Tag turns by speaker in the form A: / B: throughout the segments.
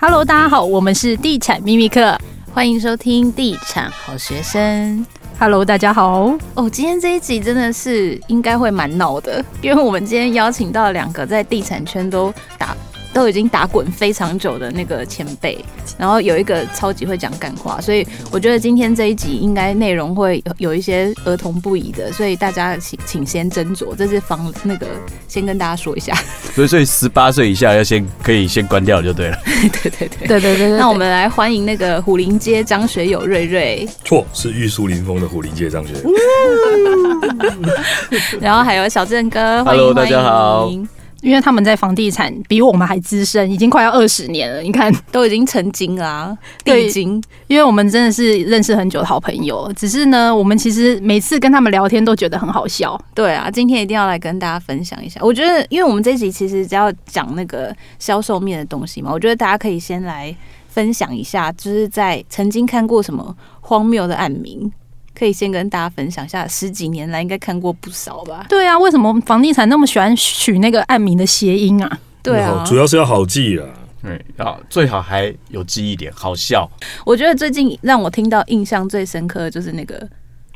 A: Hello，大家好，我们是地产秘密课。
B: 欢迎收听《地产好学生》。
A: Hello，大家好。
B: 哦，今天这一集真的是应该会蛮闹的，因为我们今天邀请到两个在地产圈都打都已经打滚非常久的那个前辈，然后有一个超级会讲干话，所以我觉得今天这一集应该内容会有有一些儿童不宜的，所以大家请请先斟酌，这是方那个先跟大家说一下。
C: 所以所以十八岁以下要先可以先关掉就对了。
B: 对对对。
A: 对对对对，
B: 那我们来欢迎那个虎林街张学友瑞瑞，
D: 错，是玉树临风的虎林街张学友。
B: 然后还有小郑哥，欢迎
C: Hello，大家好
B: 欢迎
A: 因为他们在房地产比我们还资深，已经快要二十年了。你看，
B: 都已经成精啦、啊，
A: 对
B: 地精。
A: 因为我们真的是认识很久的好朋友，只是呢，我们其实每次跟他们聊天都觉得很好笑。
B: 对啊，今天一定要来跟大家分享一下。我觉得，因为我们这一集其实只要讲那个销售面的东西嘛，我觉得大家可以先来分享一下，就是在曾经看过什么荒谬的案名，可以先跟大家分享一下。十几年来应该看过不少吧？
A: 对啊，为什么房地产那么喜欢取那个案名的谐音 啊？
B: 对
D: 然
B: 啊
D: 后，主要是要嗯好记啦。
C: 嗯，啊，最好还有记忆点，好笑。
B: 我觉得最近让我听到印象最深刻的就是那个，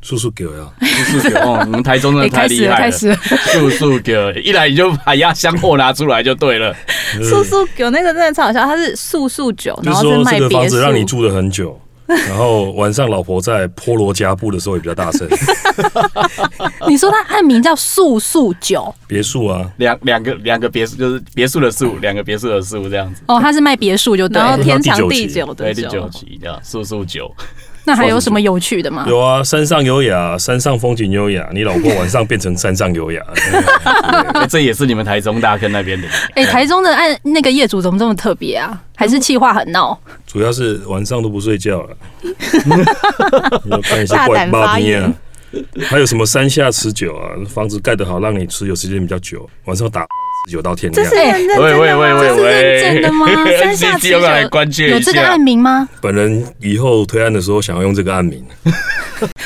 D: 叔叔给呀，
C: 就是哦，你们台中真
A: 诶
C: 的太
A: 开始
C: 厉
A: 了，
C: 害
A: 开
C: 了，
A: 始了，
C: 速速给，一来你就把压箱货拿出来就对了。
B: 素素有那个真的超好笑，它是素素酒，
D: 就
B: 然
D: 是
B: 后
D: 说
B: 卖
D: 这个
B: 别
D: 房
B: 墅
D: 子，让你住的很久，然后晚上老婆在菠萝夹布的时候也比较大 声。
A: 你说他案名叫素素酒
D: 别墅啊，
C: 两两个两个别墅，就是别墅的墅，两个别墅的墅这样子。
A: 哦，他是卖别墅就对
B: 然
A: 了。
B: 后天长地
D: 第九
B: 久的
C: 对，第九
B: 酒，
C: 期这样，速速九，
A: 那还有什么有趣的吗？
D: 有啊，山上优雅，山上风景优雅，你老婆晚上变成山上 优雅。
C: 哎这也是你们台中大坑那边的。
A: 哎、台中的案那个业主怎么这么特别啊？还是气话很闹？
D: 主要是晚上都不睡 觉了，你要看一些
B: 大
D: 怪
B: 胆
D: 猫
B: 发
D: 咪
B: 言
D: 啊。还有什么山下持久啊？房子盖得好，让你持有时间比较久，晚上打持久到天
B: 这
D: 亮
B: 是。
A: 哎
B: 很认真的吗？
A: 啊是认真的吗 山下
C: 哎你
A: 持
C: 你有没有来
A: 久
C: 关切
A: 有
C: 一
A: 这个
C: 下
A: 案？名吗？
D: 本人以后推案的时候，想要用这个案名。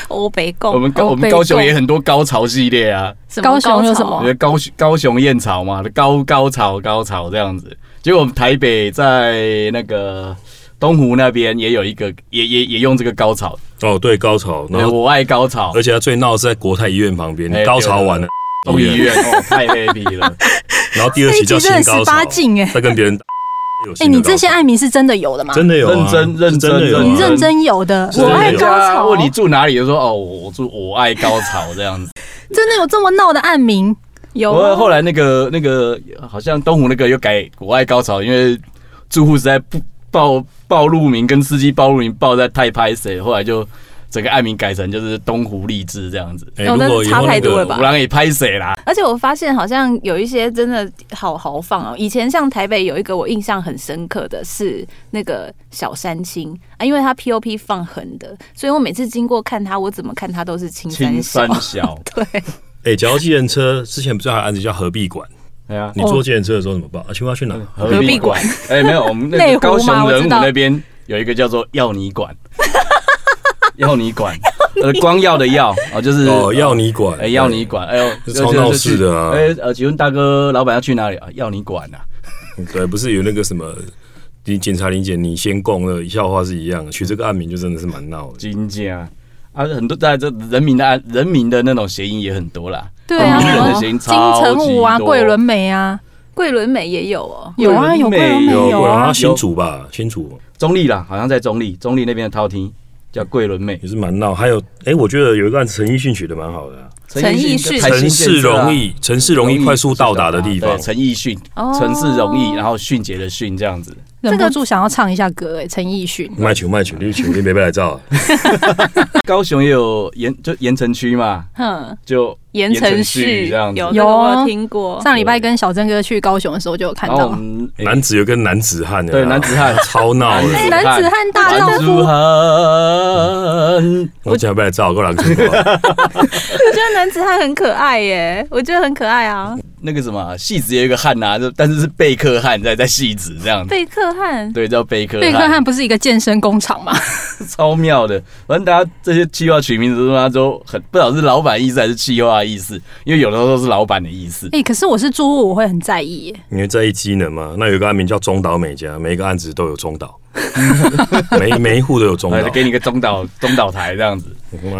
B: 欧北贡，
C: 我们高我们高雄也很多高潮系列啊。
B: 什么
A: 高雄有什
B: 高
A: 么
C: 我觉？得高雄高雄燕巢嘛，高高潮高潮这样子。结果我们台北在那个东湖那边也有一个，也也也用这个高潮，
D: 哦，对，高潮，然
C: 对
D: 后
C: 我爱高潮
D: 而且他最闹是在国泰医院旁边
C: 哎，
D: 高潮完了，
C: 东医院，哦，太 happy 了。
D: 然后第二期叫新
A: 这一
D: 高
A: 集真的
D: 潮
A: 18禁哎，
D: 再跟别人打。有
A: 哎、
D: 新的
A: 你
D: 高潮
A: 这些案名是真的有的吗？
D: 真的有啊
C: 认真认真
D: 是真的有啊，
A: 你认真有的，
D: 是
A: 我
D: 真的
A: 爱
D: 有
A: 高潮，
C: 啊问你住哪里，就说哦，我我住我爱高潮这样子。
A: 真的有这么闹的案名？啊
B: 有
C: 不过后来那个那个好像东湖那个又改我爱高潮，因为住户实在不报报路名跟司机报路名报在太拍谁，后来就整个案名改成就是东湖励志这样子。
D: 哎，
B: 哦
D: 如
B: 那
D: 果以
B: 差
D: 后
B: 太
D: 那
B: 多了
D: 个
B: 吧
C: 五郎也拍谁啦？
B: 而且我发现好像有一些真的好豪放哦。以前像台北有一个我印象很深刻的是那个小山青啊，因为它 POP 放横的，所以我每次经过看它，我怎么看它都是青山
C: 青
B: 小
C: 山。 小，
B: 对，
D: 哎，只要计程车之前不是还有案子叫合璧馆？
C: 对啊，
D: 你坐计程车的时候怎么办？啊，请问要去哪？
C: 何
B: 必管？
C: 哎，没有，我们那
A: 内
C: 个
A: 湖
C: 高雄
A: 吗我知
C: 人武
A: 道
C: 那边有一个叫做药你馆，药你馆，呃，光耀的耀啊，就是
D: 哦，要。你管
C: 哎，，要你管！哎呦，
D: 是超闹事的啊
C: 哎，呃，请问大哥，老板要去哪里啊？要你管啊！
D: 对，不是有那个什么。你警察林姐，你先供了，笑话是一样的。取这个案名就真的是蛮闹的。
C: 金家啊，很多在这人民的案人民的那种谐音也很多啦，
A: 对啊，
B: 嗯
A: 什么
C: 人形
A: 金
C: 超级
A: 城武啊、
C: 多
A: 桂纶镁啊，
B: 桂纶镁也有哦。
A: 有啊，有
C: 桂
A: 桂
C: 纶
A: 纶
C: 镁
A: 镁
D: 有，
A: 有
D: 不然
A: 啊
D: 他。新竹吧，新竹
C: 中立啦，好像在中立，中立那边的套厅叫桂纶镁
D: 也，是蛮闹。还有，哎，我觉得有一个案子陈奕迅取的蛮好的啊，
B: 陈奕迅
C: 台
D: 城
C: 新
D: 市
C: 建设啊
D: 容易，城市容易快速到达的地方
C: 对，陈奕迅，
B: 哦
C: 城市容易，然后迅捷的迅这样子。
A: 忍不住想要唱一下歌哎、陈奕迅。
D: 卖球卖球，你球你没被来照啊，
C: 高雄也有盐，就盐城区嘛，
B: 哼，
C: 就
B: 言承旭
C: 这样子。
B: 有
A: 有
B: 有
A: 啊
B: 我有听过。
A: 上礼拜跟小曾哥去高雄的时候就有看
C: 然后我
A: 到，
C: 们哎
D: 男子有跟男子汉的啊，
C: 对男子汉
D: 超闹的，
A: 哎男子汉大丈
C: 男
A: 夫
C: 子汉
D: 我讲被来照，够狼狈。
B: 我觉得男子汉很可爱耶，我觉得很可爱啊。
C: 那个什么戏子也有一个汉呐、就但是是贝克汉在在戏子这样子，
B: 贝克汉，
C: 对，叫贝克
A: 贝克汉不是一个健身工厂吗？
C: 超妙的。反正大家这些企划取名字他都很不晓得是老板意思还是企划的意思，因为有的时候是老板的意思。
A: 哎、可是我是住户，我会很在意耶。
D: 因为在意机能嘛。那有一个案名叫中岛美嘉，每一个案子都有中 岛，每每一户都有中岛
C: 来。给你个中岛中岛台这样子，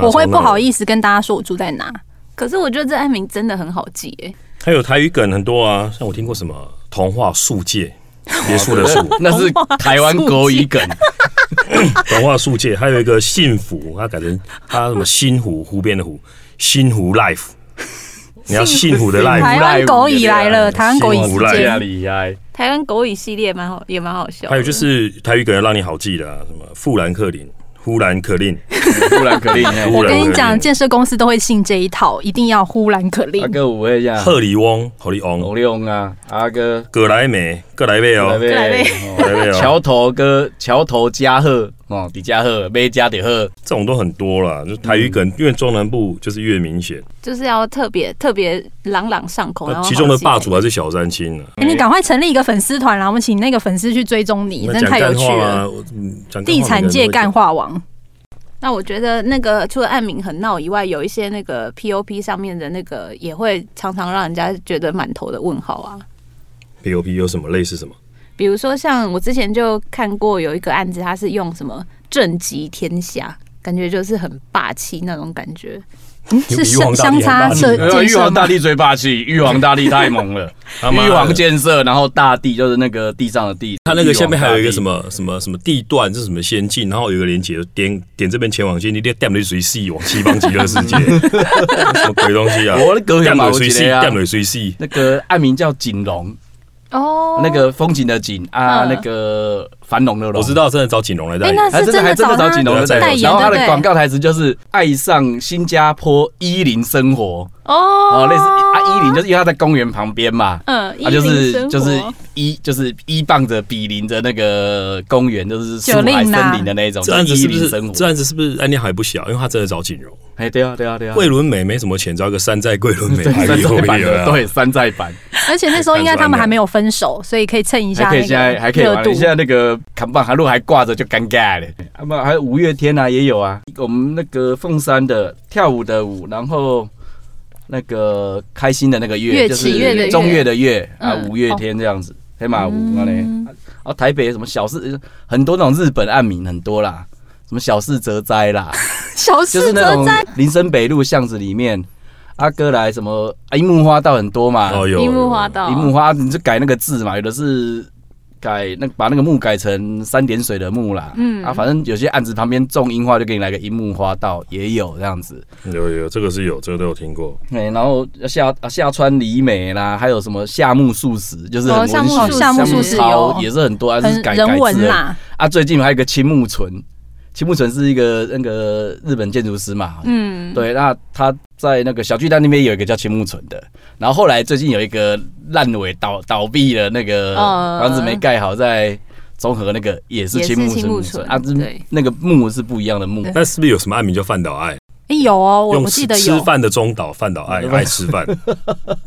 A: 我会不好
D: 思。
A: 意思跟大家说我住在哪。
B: 可是我觉得这案名真的很好记哎、
D: 还有台语梗很多啊，像我听过什么童话《树界》， 别墅的树，
C: 那 是台湾国语 梗，
D: 童话《树界》，还有一个幸福，它改成它什么新湖湖边的湖，新湖 life，你要幸福的
C: 幸福
D: life。
A: 台湾狗已来了，台湾狗已
D: 幸
A: 世
D: 福来
A: 界
D: 了。
C: 厉害。
B: 台湾狗语系列蛮好，也蛮好笑的。
D: 还有就是台语梗要让你好记的、啊，什么富兰克林、呼兰克林，
C: 忽然 可令，
D: 忽
A: 我
D: 然
A: 跟你
D: 可
A: 讲，
D: 令
A: 建设公司都会信这一套，一定要呼兰可令
C: 阿。哥我会一下，
D: 赫里翁、侯里
C: 欧
D: 翁、
C: 用啊，阿哥，
D: 葛莱美、葛莱贝
C: 来
D: 哦、
C: 呗
B: 来呗
D: 葛莱贝哦，
C: 桥头哥，桥头加贺哦，底加贺，没加底贺，
D: 这种都很多啦。就台语梗，因为中南部就是越明显，
A: 嗯
B: 就是要特别特别朗朗上口，然
D: 那
B: 后
D: 呃其中的霸主
B: 好
D: 还是小三清啊。
A: 哎、你赶快成立一个粉丝团啦，我们请那个粉丝去追踪你，
D: 那
A: 真的
D: 讲
A: 太有
D: 干
A: 趣
D: 话
A: 了。
D: 啊，我嗯讲干话
A: 地产界干话王，
B: 记。那我觉得那个除了案名很闹以外，有一些那个 POP 上面的那个也会常常让人家觉得满头的问号啊。
D: 每个人都会讲 POP 有什么类似什么？
B: 比如说像我之前就看过有一个案子，它是用什么震极天下，感觉就是很霸气那种感觉。
A: 嗯是
D: 玉皇
A: 相
D: 大
A: 相
D: 帝很
A: 差
D: 霸气
A: 设
D: 没
A: 建
C: 啊玉
A: 设
C: 皇
A: 吗
C: 大？帝最霸气，玉皇大帝太猛了，
D: 他妈
C: 玉
D: 的
C: 皇建设，然后大地就是那个地上的地，
D: 它那个下面还有一个什
C: 么？
D: 么什么什么地段，这是什么仙境，然后有一个连接，点点这边前往仙境，点点就属于 C 往西方极乐世界， 什么鬼东 西啊？
C: 我的狗也
D: 点
C: 毛
D: 水水 C，
C: 节啊
D: 点，水水 C，
C: 那个案名叫锦龙，
B: 哦
C: 那个风景的景啊，
B: 嗯
C: 那个繁荣的龙，
D: 我知道真的找锦龙来代
A: 哎、
D: 言，
A: 那
C: 还真
A: 是
C: 的
A: 真
C: 还
A: 的
C: 真的
A: 找
C: 找锦龙
A: 他
C: 的
D: 代
A: 代
C: 代
A: 言，
C: 言，然后他的
A: 对不
C: 广
A: 对？
C: 告台词就是爱上新加坡依林生活
B: 哦
C: 哦，类似啊依林就是因为他在公园旁边嘛，
B: 嗯，
C: 啊
B: 依
C: 就
B: 林
C: 是
B: 生
C: 就是
B: 活
C: 依就是依傍着比邻着那个公园，就是树
A: 九令
C: 海
A: 啊
C: 森林的那种，
D: 哦这案
C: 就
D: 子
C: 是是
D: 不
C: 依林生
D: 是这
C: 活。
D: 案子是不是案量还不小？因为他真的找锦荣，
C: 哎，对啊，对啊，对啊。
D: 桂纶镁没什么钱，找一个山寨桂纶镁
C: 对
D: 还
C: 山寨版
D: 有
C: 的，
D: 啊。
C: 对山寨版，
A: 而且那时候应该他们还没有分手，所以可以蹭一
C: 还
A: 下
C: 可以
A: 那
C: 现在还
A: 个
C: 可以
A: 热
C: 玩。
A: 度。
C: 现在那个扛棒还路还挂着就尴尬了。啊不，还有五月天啊也有啊，我们那个凤山的跳舞的舞，然后那个开心的那个
A: 乐
C: 乐，
A: 器
C: 就是
A: 乐的乐哦
C: 中乐的乐啊，
B: 嗯
C: 五月天这样子，黑马舞啊嘞。
B: 嗯
C: 然后台北有什么小事，很多那种日本暗名很多啦，什么小事则哉 啦，
A: 小
C: 就
A: 事
C: 是那
A: 则
C: 种
A: 哉，
C: 林森北路巷子里面，阿哥来什么啊樱木花道很多嘛，
D: 哦有
B: 樱木花
D: 有，
B: 道，
C: 樱木花你就改那个字嘛，有的是改那把那个木改成三点水的木啦，嗯啊，反正有些案子旁边种樱花就给你来个樱木花道，也有这样子。
D: 有有这个是有，这个都有听过。
C: 哎、然后下下川里美啦，还有什么夏目漱石，就是很
B: 哦
C: 文学
B: 夏目漱石
A: 夏目漱石
C: 超
A: 有
C: 也是很多，啊，就是
A: 很
C: 改
A: 人
C: 改字
A: 文
C: 而已
A: 啦。
C: 啊，最近还有一个青木纯，青木纯是一个那个日本建筑师嘛，
B: 嗯，
C: 对，那他在那个小巨蛋那边有一个叫青木纯的，然后后来最近有一个烂尾倒倒闭了，那个
B: 嗯
C: 房子没盖好，在综合那个也是
B: 也是
C: 青木
B: 青木
C: 纯
B: 纯
C: 啊，是
B: 对
C: 那个木是不一样的木，
D: 那是不是有什么案名叫饭岛爱？
A: 哎、有哦，我
D: 用
A: 我记得
D: 吃
A: 有。
D: 饭的中岛饭岛爱
C: 嗯
D: 爱吃饭，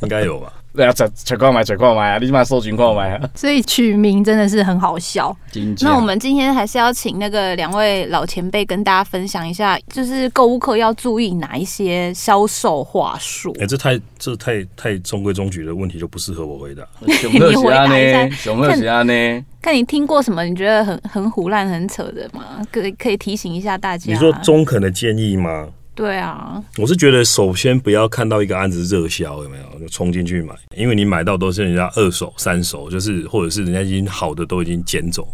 D: 应该有吧？
C: 对啊，找找购买找购买啊，你起码搜寻购买啊，
A: 所以取名真的是很好笑。
B: 那我们今天还是要请那个两位老前辈跟大家分享一下，就是购物客要注意哪一些销售话术
D: 哎、。这太这太太中规中矩的问题就不适合我回答。
C: 熊鹤
B: 你
C: 喜
B: 回答
C: 安
B: 一下
C: 呢，熊鹤喜安呢，
B: 看你听过什么？你觉得很很胡乱、很扯的吗？可以可以提醒一下大家。
D: 你说中肯的建议吗？
B: 对啊，
D: 我是觉得首先不要看到一个案子热销有没有就冲进去买，因为你买到都是人家二手、三手，就是或者是人家已经好的都已经捡走，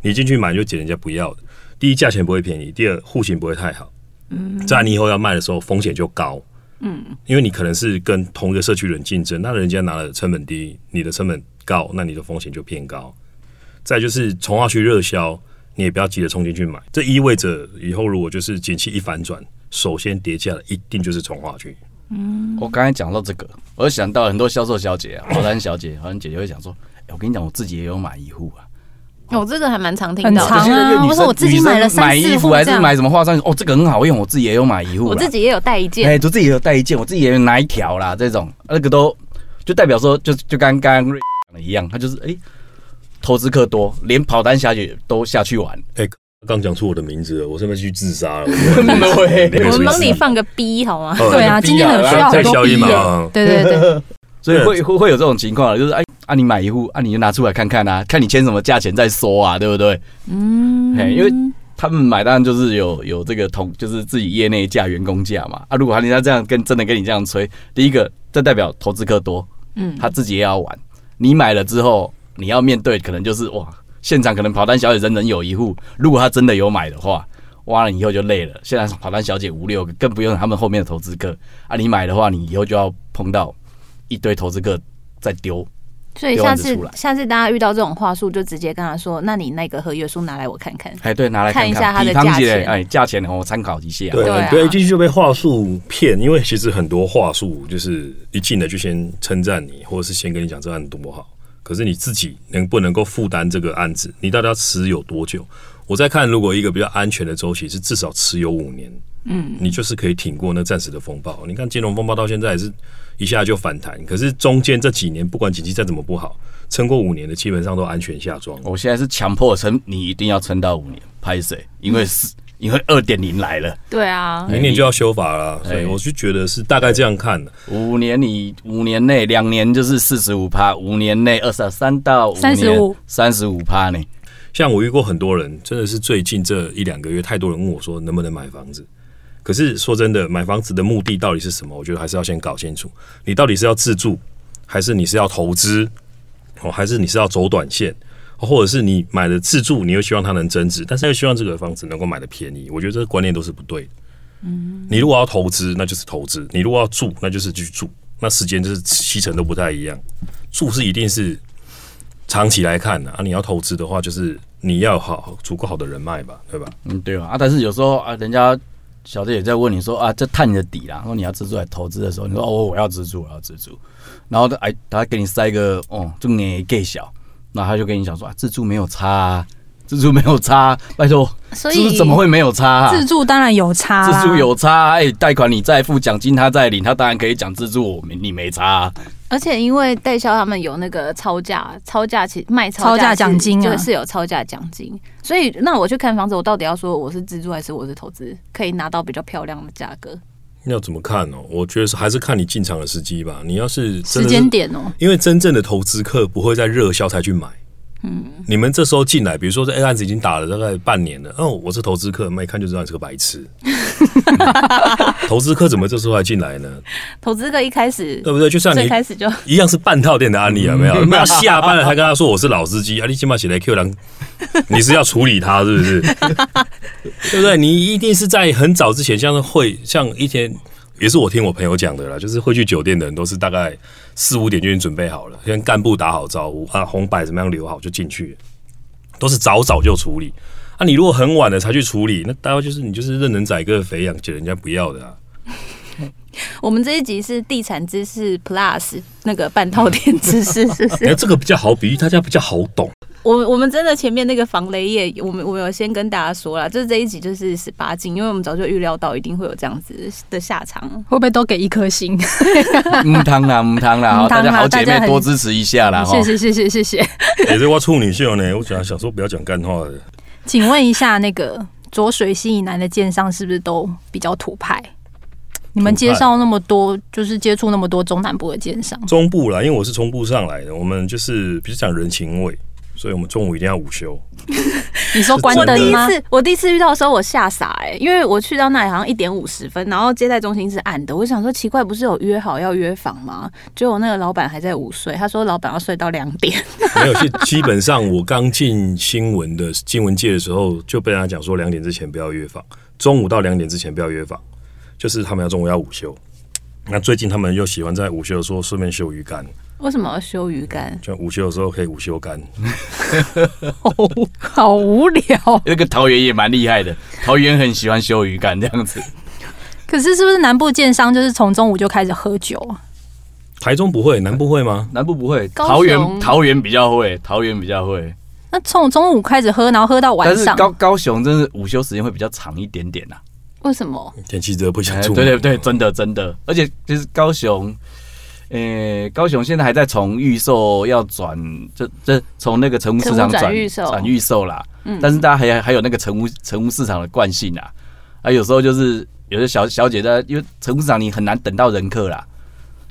D: 你进去买就捡人家不要的。第一，价钱不会便宜；第二，户型不会太好。嗯，在你以后要卖的时候风险就高。嗯，因为你可能是跟同一个社区人竞争，那人家拿的成本低，你的成本高，那你的风险就偏高。再就是从化区热销，你也不要急着冲进去买，这意味着以后如果就是景气一反转，首先叠加的一定就是从化区。
C: 我刚才讲到这个，我就想到很多销售小姐啊，华山小姐、华山姐姐会讲说，哎我跟你讲，我自己也有买一户啊。
B: 我、哦这个还蛮常听
A: 很
B: 到的，
A: 常
C: 有些人就女生
A: 我啊说我自己买了
C: 女生买
A: 三四
C: 衣服
A: 户
C: 还
A: 这
C: 是
A: 样
C: 买什么化妆品？哦，这个很好用，我自己也有买一户啦，
B: 我自己也有带一件。
C: 哎，就自己也有带一件，我自己也有哪一条啦，这种那个都就代表说就就刚刚瑞讲的一样，他就是哎、诶投资客多，连跑单下去都下去 玩，
D: 刚讲出我的名字了，我是不是去自杀了？
C: 对
D: 对
B: 我们帮你放个 B 好 吗？
D: 哦
A: 对啊，今天很需 要很
D: 再
A: 多
D: 消
A: 毕
D: 音嘛
A: 业
D: 啊，
A: 对对对，
C: 所以会会会有这种情况，就是哎啊，你买一户啊，你就拿出来看看啊，看你签什么价钱再说啊，对不对？
B: 嗯
C: 嘿因为他们买当然就是有有这个同，就是自己业内价、员工价嘛。啊，如果他人家这样跟真的跟你这样吹，第一个这代表投资客多，
B: 嗯
C: 他自己也要玩。你买了之后，你要面对可能就是哇，现场可能跑单小姐人人有一户，如果他真的有买的话。挖了以后就累了，现在跑单小姐五六个，更不用他们后面的投资客啊！你买的话，你以后就要碰到一堆投资客在丢，
B: 所以
C: 丢
B: 下
C: 案子
B: 次
C: 出来
B: 下次大家遇到这种话术，就直接跟他说：“那你那个合约书拿来我看看。
C: 哎，对，拿来
B: 看
C: 看
B: 一下它的
C: 比方
B: 价
C: 起来
B: 钱
C: 哎，价钱哦，参考一下。
D: 对
B: 对啊
D: 对，进去就被话术骗，因为其实很多话术就是一进来就先称赞你，或者是先跟你讲这案多好，可是你自己能不能够负担这个案子？你到底要持有多久？我在看，如果一个比较安全的周期是至少持有五年，嗯，你就是可以挺过那暂时的风暴。你看金融风暴到现在也是一下就反弹，可是中间这几年不管经济再怎么不好，撑过五年的基本上都安全下庄。
C: 我现在是强迫撑，你一定要撑到五年，拍谁？因为是， 因为二点零来了，”
B: 对啊，
D: 明年就要修法了，所以
C: 哎
D: 我是觉得是大概这样看的。
C: 五年你五年内两年就是四十五趴，五年内二十三到
A: 35
C: 三十五趴呢。
D: 像我遇过很多人，真的是最近这一两个月，太多人问我说能不能买房子。可是说真的，买房子的目的到底是什么？我觉得还是要先搞清楚，你到底是要自住，还是你是要投资，哦，还是你是要走短线，或者是你买了自住，你又希望它能增值，但是又希望这个房子能够买的便宜。我觉得这个观念都是不对的。嗯，你如果要投资，那就是投资；你如果要住，那就是去住。那时间就是七成都不太一样，住是一定是长期来看呢、啊，你要投资的话，就是你要有好足够好的人脉吧，对吧？
C: 嗯，对啊，啊，但是有时候啊，人家小姐也在问你说啊，这探你的底啦，说你要自助来投资的时候，你说哦，我要自助，我要自助，然后他哎，他给你塞一个哦，这年给小，那他就跟你讲说啊，自助没有差、啊，自助没有差啊、拜托，
B: 所
C: 自
B: 以
C: 助怎么会没有差、啊？
A: 自助当然有差啦，
C: 自助有差啊，哎、贷款你再付，奖金他再领，他当然可以讲自助，我没你没差啊、
B: 而且因为代销他们有那个超价，超价其卖
A: 超价
B: 是
A: 奖金啊
B: 就是有超价奖金，所以那我去看房子，我到底要说我是自住还是我是投资，可以拿到比较漂亮的价格？
D: 要怎么看哦？我觉得是还是看你进场的时机吧。你要是真
A: 时
D: 的是
A: 间点哦，
D: 因为真正的投资客不会在热销才去买。嗯，你们这时候进来，比如说这哎案子已经打了大概半年了，哦，我是投资客，那一看就知道你是个白痴。投资客怎么这时候还进来呢？
B: 投资客一开始
D: 对不对？就像
B: 最
D: 呃你
B: 开始就
D: 一样是半套店的案例，有没有？那下班了还跟他说我是老司机，啊，你起码写来 Q 两， 你是要处理他是不是？对不对？你一定是在很早之前，像是会像一天，也是我听我朋友讲的啦，就是会去酒店的人都是大概四五点就已经准备好了，跟干部打好招呼啊，红白怎么样留好就进去，都是早早就处理。啊，你如果很晚了才去处理，那大概就是你就是任人宰割、肥羊，捡人家不要的啊。
B: 我们这一集是地产知识 Plus 那个半套店知识，是不
D: 你
B: 是？
D: 看这个比较好比喻，大家比较好懂。
B: 我我们真的前面那个防雷业，我们我们有先跟大家说了，就是这一集就是十八禁，因为我们早就预料到一定会有这样子的下场。
A: 会不会都给一颗星？
C: 嗯，汤啦，嗯，汤啦，好
A: 嗯汤
C: 大
A: 啦
C: 家好姐
A: 大家
C: 妹
A: 很
C: 多支持一下 啦，
A: 谢谢谢谢谢谢。
D: 也、欸、是我处女秀呢，我想想说不要讲干话的。
A: 请问一下，那个浊水溪以南的建商是不是都比较土派？你们介绍那么多，就是接触那么多中南部的建商，
D: 中部啦，因为我是中部上来的，我们就是比如讲人情味，所以我们中午一定要午休。
A: 你说关
D: 我
A: 灯
B: 第一
A: 吗？
B: 次我第一次遇到的时候，我吓傻哎、因为我去到那里好像一点五十分，然后接待中心是暗的，我想说奇怪，不是有约好要约房吗？结果那个老板还在午睡，他说老板要睡到两点，
D: 没有，基基本上我刚进新闻的新闻界的时候，就被人家讲说两点之前不要约访，中午到两点之前不要约访，就是他们要中午要午休。那最近他们又喜欢在午休的时候顺便修鱼竿，
B: 为什么要修鱼竿？
D: 就午休的时候可以午休竿。
A: 好无聊。
C: 那个桃园也蛮厉害的，桃园很喜欢修鱼干这样子，
A: 可是是不是南部建商就是从中午就开始喝酒啊？
D: 台中不会，南部会吗？
C: 南部不会，
B: 高雄
C: 桃园桃园比较会，桃园比较会，
A: 那从中午开始喝，然后喝到晚
C: 但是
A: 上，
C: 高高雄真的午休时间会比较长一点啊点呐、
B: 为什么？
D: 天气热不想
C: 哎
D: 出
C: 对
D: 门。
C: 对对，真的真的，而且就是高雄，呃，高雄现在还在从预售要转，就就从那个成屋市场
B: 成屋转
C: 转
B: 预售
C: 转预售啦。
B: 嗯
C: 但是大家还还有那个成屋成屋市场的惯性啊，啊，有时候就是有些小小姐在，因为成屋市场你很难等到人客啦，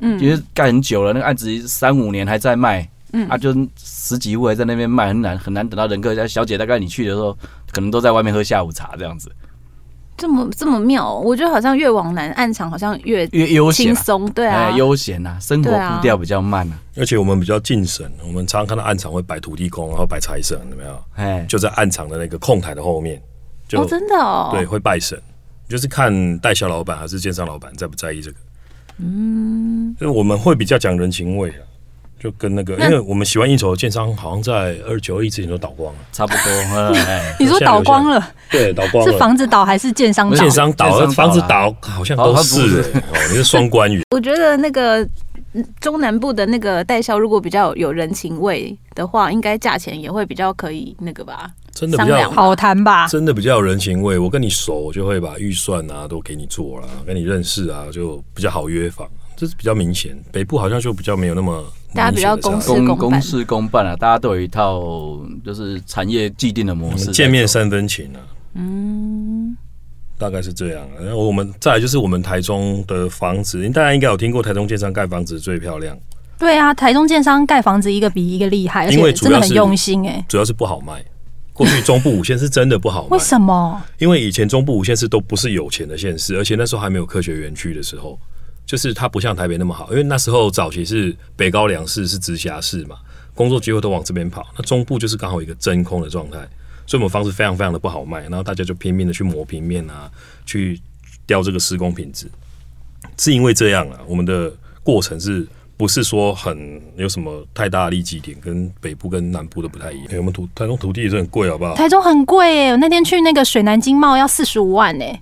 B: 嗯
C: 因为盖很久了，那个案子三五年还在卖，
B: 嗯
C: 啊，就十几户还在那边卖，很难很难等到人客。小姐大概你去的时候，可能都在外面喝下午茶这样子，
B: 这么这么妙哦，我觉得好像越往南暗场好像越
C: 因为悠闲
B: 轻
C: 啊、
B: 松，对啊
C: 哎，悠闲呐、生活
B: 对啊
C: 步调比较慢啊，
D: 而且我们比较敬神，我们常常看到暗场会摆土地公，然后摆财神，有没有？
C: 哎，
D: 就在暗场的那个控台的后面，就、
B: 哦，真的哦，
D: 对，会拜神，就是看代销老板还是建商老板在不在意这个。嗯，就是我们会比较讲人情味啊，就跟那个，因为我们喜欢应酬的建商，好像在二九一之前都倒光了，
C: 差不 多，哎，
A: 你说倒光了，
D: 对，倒光
A: 是
D: 了。
A: 房子倒还是建商倒
D: 建？商倒
C: 建商
D: 了，
C: 倒
D: 房子
C: 了
D: 倒好像
C: 哦
D: 都
C: 他不
D: 是
C: 是
D: 欸哦，你是双关语。
B: 我觉得那个嗯中南部的那个代销，如果比较有人情味的话，应该价钱也会比较可以那个吧。
D: 真的比
B: 商
D: 较
B: 量
A: 好谈吧？
D: 真的比较有人情味。我跟你熟，我就会把预算啊都给你做啦，跟你认识啊，就比较好约访，这是比较明显。北部好像就比较没有那么
B: 大家比较公
D: 公
B: 司
C: 公
B: 公办
C: 公事公办啊，大家都有一套就是产业既定的模式。
D: 嗯见面三分情啊，嗯，大概是这样。啊然后我们再来就是我们台中的房子，大家应该有听过台中建商盖房子最漂亮，
A: 对啊，台中建商盖房子一个比一个厉害，而
D: 因为
A: 且
D: 主要
A: 真的很
D: 是
A: 用心哎、
D: 主要是不好卖。过去中部五线是真的不好卖
A: 为，什么？
D: 因为以前中部五县市都不是有钱的县市，而且那时候还没有科学园区的时候，就是它不像台北那么好。因为那时候早期是北高梁市是直辖市嘛，工作机会都往这边跑。那中部就是刚好一个真空的状态，所以我们房子非常非常的不好卖，然后大家就拼命的去磨平面啊，去雕这个施工品质。是因为这样啊，我们的过程是不是说很有什么太大的利基点，跟北部跟南部的不太一样？哎我们土台中土地也是很贵，好不好？
A: 台中很贵哎、我那天去那个水南经贸要四十五万哎、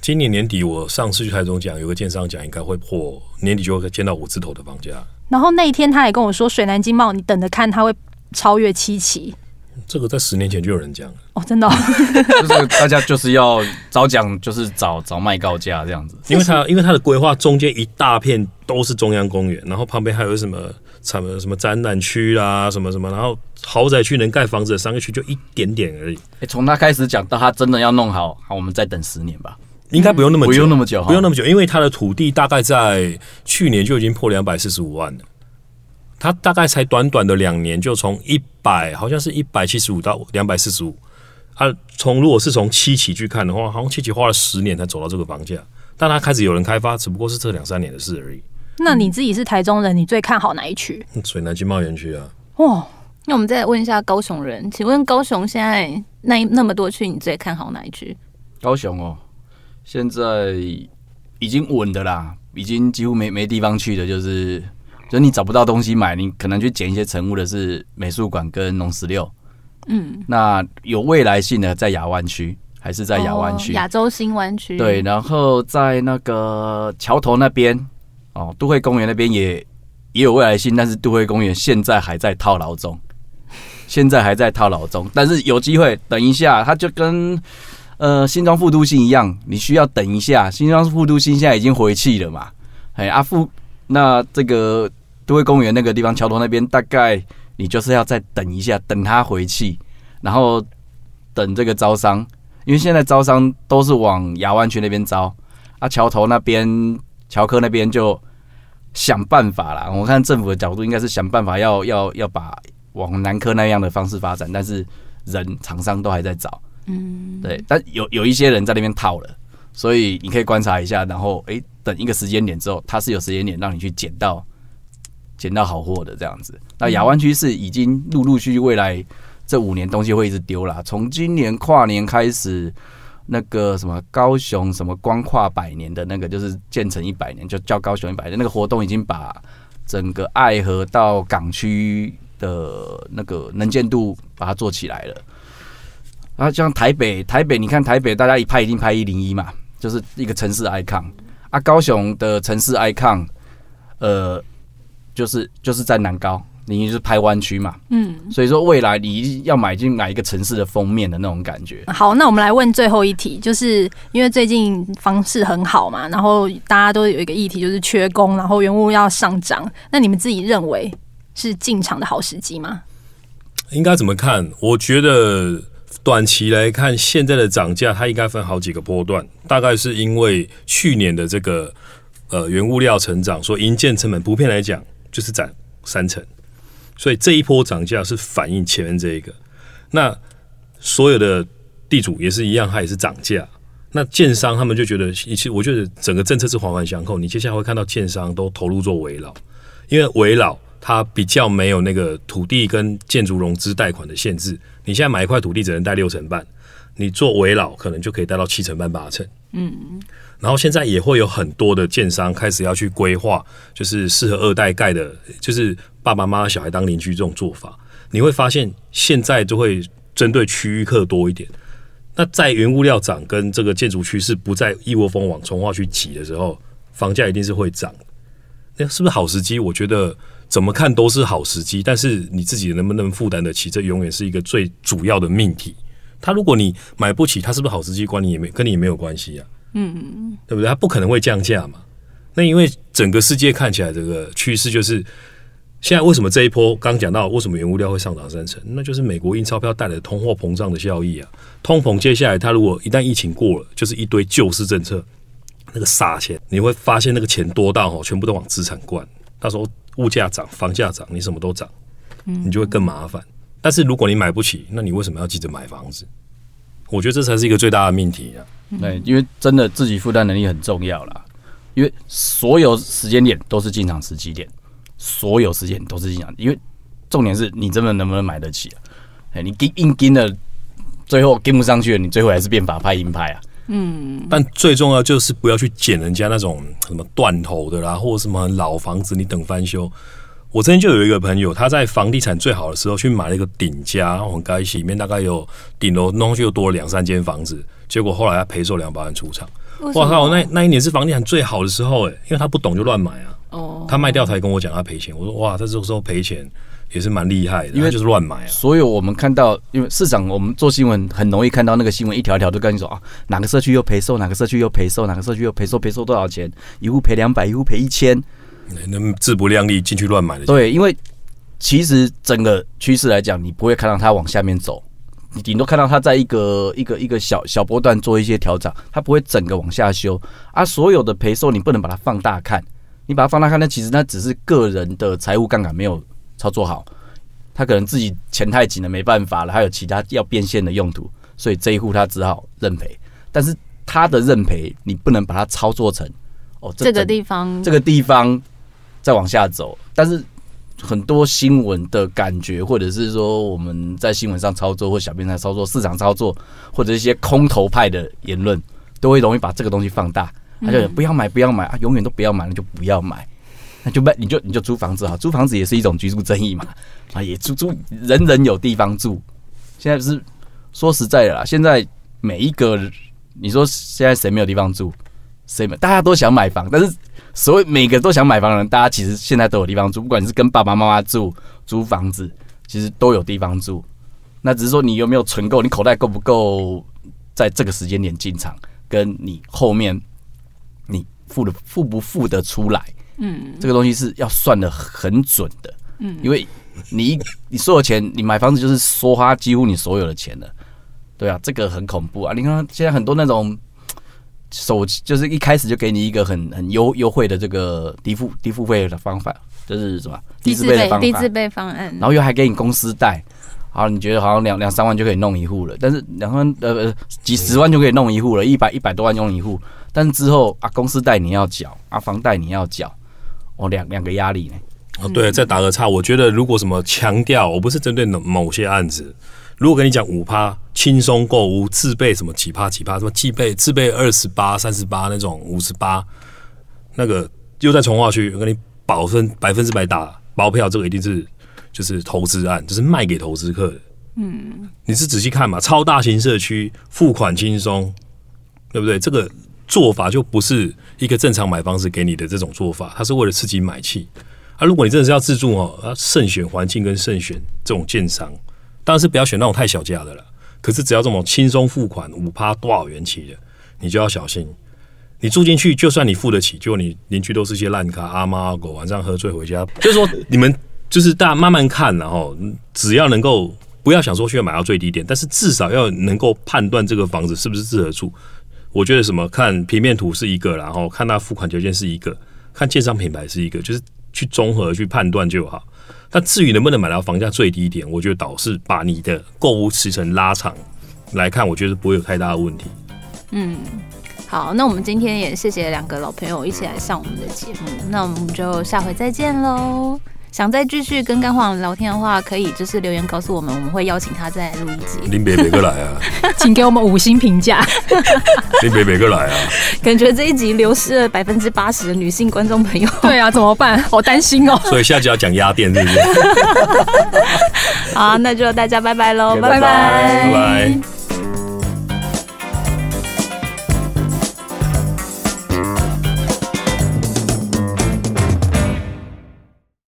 D: 今年年底，我上次去台中讲，有个建商讲应该会破年底就会见到五字头的房价。
A: 然后那一天他也跟我说，水南经贸你等着看，它会超越七期
D: 这个在十年前就有人讲了，
A: 哦，真的 哦、
C: 就是大家就是要早讲，就是早早卖高价这样子。
D: 因为它因为它的规划中间一大片都是中央公园，然后旁边还有什么什么什么展览区啦，什么什么，然后豪宅区能盖房子的商业区就一点点而已，
C: 哎，从他开始讲到他真的要弄好，好，我们再等十年吧。
D: 应该不用那么久，
C: 不用那么久哈
D: 不用那么久，因为它的土地大概在去年就已经破两百四十五万了。它大概才短短的两年，就从一百好像是一百七十五到两百四十五，啊，从如果是从七期去看的话，好像七期花了十年才走到这个房价，但它开始有人开发，只不过是这两三年的事而已。
A: 那你自己是台中人，你最看好哪一区？
D: 嗯水南经贸园区啊，
A: 哦，
B: 那我们再问一下高雄人，请问高雄现在那那么多区，你最看好哪一区？
C: 高雄哦，现在已经稳的啦，已经几乎没没地方去的，就是就是你找不到东西买，你可能去捡一些成物的是美术馆跟农十六。嗯，那有未来性的在亚湾区，还是在亚湾区？
B: 哦亚洲新湾区。
C: 对，，然后在那个桥头那边，哦，都会公园那边也也有未来性，但是都会公园现在还在套牢中，现在还在套牢中， 但是有机会，等一下，它就跟呃新庄副都心一样，你需要等一下，新庄副都心现在已经回气了嘛，哎，阿、富，那这个都会公园那个地方桥头那边，大概你就是要再等一下，等它回气，然后等这个招商。因为现在招商都是往亚湾区那边招，啊，桥头那边、桥科那边就想办法啦。我看政府的角度应该是想办法要要要把往南科那样的方式发展，但是人厂商都还在找，嗯，对，但有有一些人在那边套了，所以你可以观察一下，然后诶，等一个时间点之后，它是有时间点让你去捡到捡到好货的这样子。那亚湾区是已经陆陆续续未来这五年东西会一直丢啦。从今年跨年开始，那个什么高雄什么光跨百年的那个，就是建成一百年，就叫高雄一百年那个活动，已经把整个爱河到港区的那个能见度把它做起来了。然后像台北，台北你看台北，大家一拍一定拍一零一嘛，就是一个城市 icon 啊。高雄的城市 icon，呃，就是就是在南高，你就是拍湾区嘛，
B: 嗯，
C: 所以说未来你要买进哪一个城市的封面的那种感觉。
A: 好，那我们来问最后一题，就是因为最近房市很好嘛，然后大家都有一个议题就是缺工，然后原物料上涨，那你们自己认为是进场的好时机吗？
D: 应该怎么看？我觉得短期来看，现在的涨价它应该分好几个波段，大概是因为去年的这个呃原物料成长，所以营建成本普遍来讲就是涨三成，所以这一波涨价是反映前面这一个。那所有的地主也是一样，它也是涨价。那建商他们就觉得，其实我觉得整个政策是环环相扣，你接下来会看到建商都投入做围绕。因为围绕它比较没有那个土地跟建筑融资贷款的限制，你现在买一块土地只能贷六成半，你做围绕可能就可以贷到七成半八成。嗯，然后现在也会有很多的建商开始要去规划，就是适合二代盖的，就是爸爸妈妈小孩当邻居这种做法，你会发现现在就会针对区域客多一点。那在原物料涨跟这个建筑趋势不再一窝蜂往从化去挤的时候，房价一定是会涨的那哎是不是好时机？我觉得怎么看都是好时机，但是你自己能不能负担得起，这永远是一个最主要的命题。他如果你买不起，他是不是好时机，关你也没跟你也没有关系啊，嗯，对不对？他不可能会降价嘛。那因为整个世界看起来这个趋势就是，现在为什么这一波刚讲到为什么原物料会上涨三成，那就是美国印钞票带来的通货膨胀的效益啊。通膨接下来它如果一旦疫情过了，就是一堆救市政策，那个撒钱，你会发现那个钱多到哦，全部都往资产灌。到时候物价涨、房价涨，你什么都涨，你就会更麻烦。但是如果你买不起，那你为什么要急着买房子？我觉得这才是一个最大的命题啊！
C: 对，因为真的自己负担能力很重要啦。因为所有时间点都是进场时机点，所有时间都是进场，因为重点是你真的能不能买得起啊？哎，你硬硬跟了，最后跟不上去了，你最后还是变法拍硬拍啊。
D: 但最重要就是不要去捡人家那种什么断头的啦，或者什么老房子你等翻修。我之前就有一个朋友，他在房地产最好的时候去买了一个顶家，我很开心，里面大概有顶楼弄上去又多了两三间房子，结果后来他赔售两百万出场。哇靠！那那一年是房地产最好的时候哎、因为他不懂就乱买啊。
B: 哦，
D: 他卖掉才跟我讲他赔钱，我说哇，他这时候赔钱也是蛮厉害的，因
C: 因
D: 为
C: 为
D: 就是乱买啊。
C: 所有我们看到，因为市场我们做新闻很容易看到那个新闻一条一条都跟你说啊，哪个社区又赔售，哪个社区又赔售，哪个社区又赔售，赔售多少钱，一户赔两百，一户赔一千。
D: 那自不量力进去乱买的，
C: 对，因为其实整个趋势来讲，你不会看到它往下面走，你顶多看到它在一个一个一个小小波段做一些调整，它不会整个往下修。啊，所有的赔售你不能把它放大看，你把它放大看，那其实那只是个人的财务杠杆没有操作好，他可能自己钱太紧了没办法了，还有其他要变现的用途，所以这一户他只好认赔。但是他的认赔，你不能把它操作成哦，
B: 这个
C: 整
B: 地方
C: 这个地方再往下走，但是很多新闻的感觉，或者是说我们在新闻上操作，或小编在操作、市场操作，或者一些空头派的言论，都会容易把这个东西放大。他就不要买，不要买啊，永远都不要买，那就不要买，那就卖，你就你就租房子啊，租房子也是一种居住正义嘛，啊，也租租人人有地方住。现在是说实在的啦，现在每一个你说现在谁没有地方住？谁没？大家都想买房，但是所谓每个都想买房的人，大家其实现在都有地方住，不管你是跟爸爸妈妈住、租房子，其实都有地方住。那只是说你有没有存够，你口袋够不够，在这个时间点进场，跟你后面你付的付不付得出来，嗯，这个东西是要算的很准的，嗯，因为你一你所有钱，你买房子就是梭花几乎你所有的钱了，对啊，这个很恐怖啊！你看现在很多那种手就是一开始就给你一个很很优优惠的这个低付低付费的方法，就是什么低自
B: 自
C: 费的方
B: 低
C: 法
B: 自，备方案，
C: 然后又还给你公司贷，好，你觉得好像两两三万就可以弄一户了，但是两万呃呃几十万就可以弄一户了，一百一百多万弄一户，但是之后啊公司贷你要缴啊房贷你要缴，哦两两个压力呢，
D: 啊，对，再打个岔，我觉得如果什么强调，我不是针对某某些案子，如果跟你讲五趴轻松购物，自备什么几趴几趴，什么自备自备二十八、三十八那种五十八，那个又在从化区，我跟你保分百分之百打包票，这个一定是就是投资案，就是卖给投资客的。嗯，你是仔细看嘛，超大型社区付款轻松，对不对？这个做法就不是一个正常买方式给你的这种做法，它是为了刺激买气。啊，如果你真的是要自住哦，啊，慎选环境跟慎选这种建商，当然是不要选那种太小价的了。可是只要这种轻松付款五趴多少元起的，你就要小心。你住进去，就算你付得起，结果你邻居都是些烂咖、阿猫阿狗，晚上喝醉回家，就是说你们就是大家慢慢看，然后只要能够不要想说去买到最低点，但是至少要能够判断这个房子是不是适合住。我觉得什么看平面图是一个，然后看它付款条件是一个，看建商品牌是一个，就是去综合去判断就好。那至于能不能买到房价最低点，我觉得倒是把你的购物时程拉长来看，我觉得不会有太大的问题。
B: 嗯，好，那我们今天也谢谢两个老朋友一起来上我们的节目，那我们就下回再见喽。想再继续跟干黄聊天的话，可以就是留言告诉我们，我们会邀请他再来录一集。
D: 林北北哥来啊，
A: 请给我们五星评价。
D: 林北北哥来啊，
B: 感觉这一集流失了百分之八十的女性观众朋友。
A: 对啊，怎么办？ 好担心哦。
D: 所以下集要讲鸭店是不是？
B: 好，那就大家拜拜喽，
C: 拜
D: 拜拜。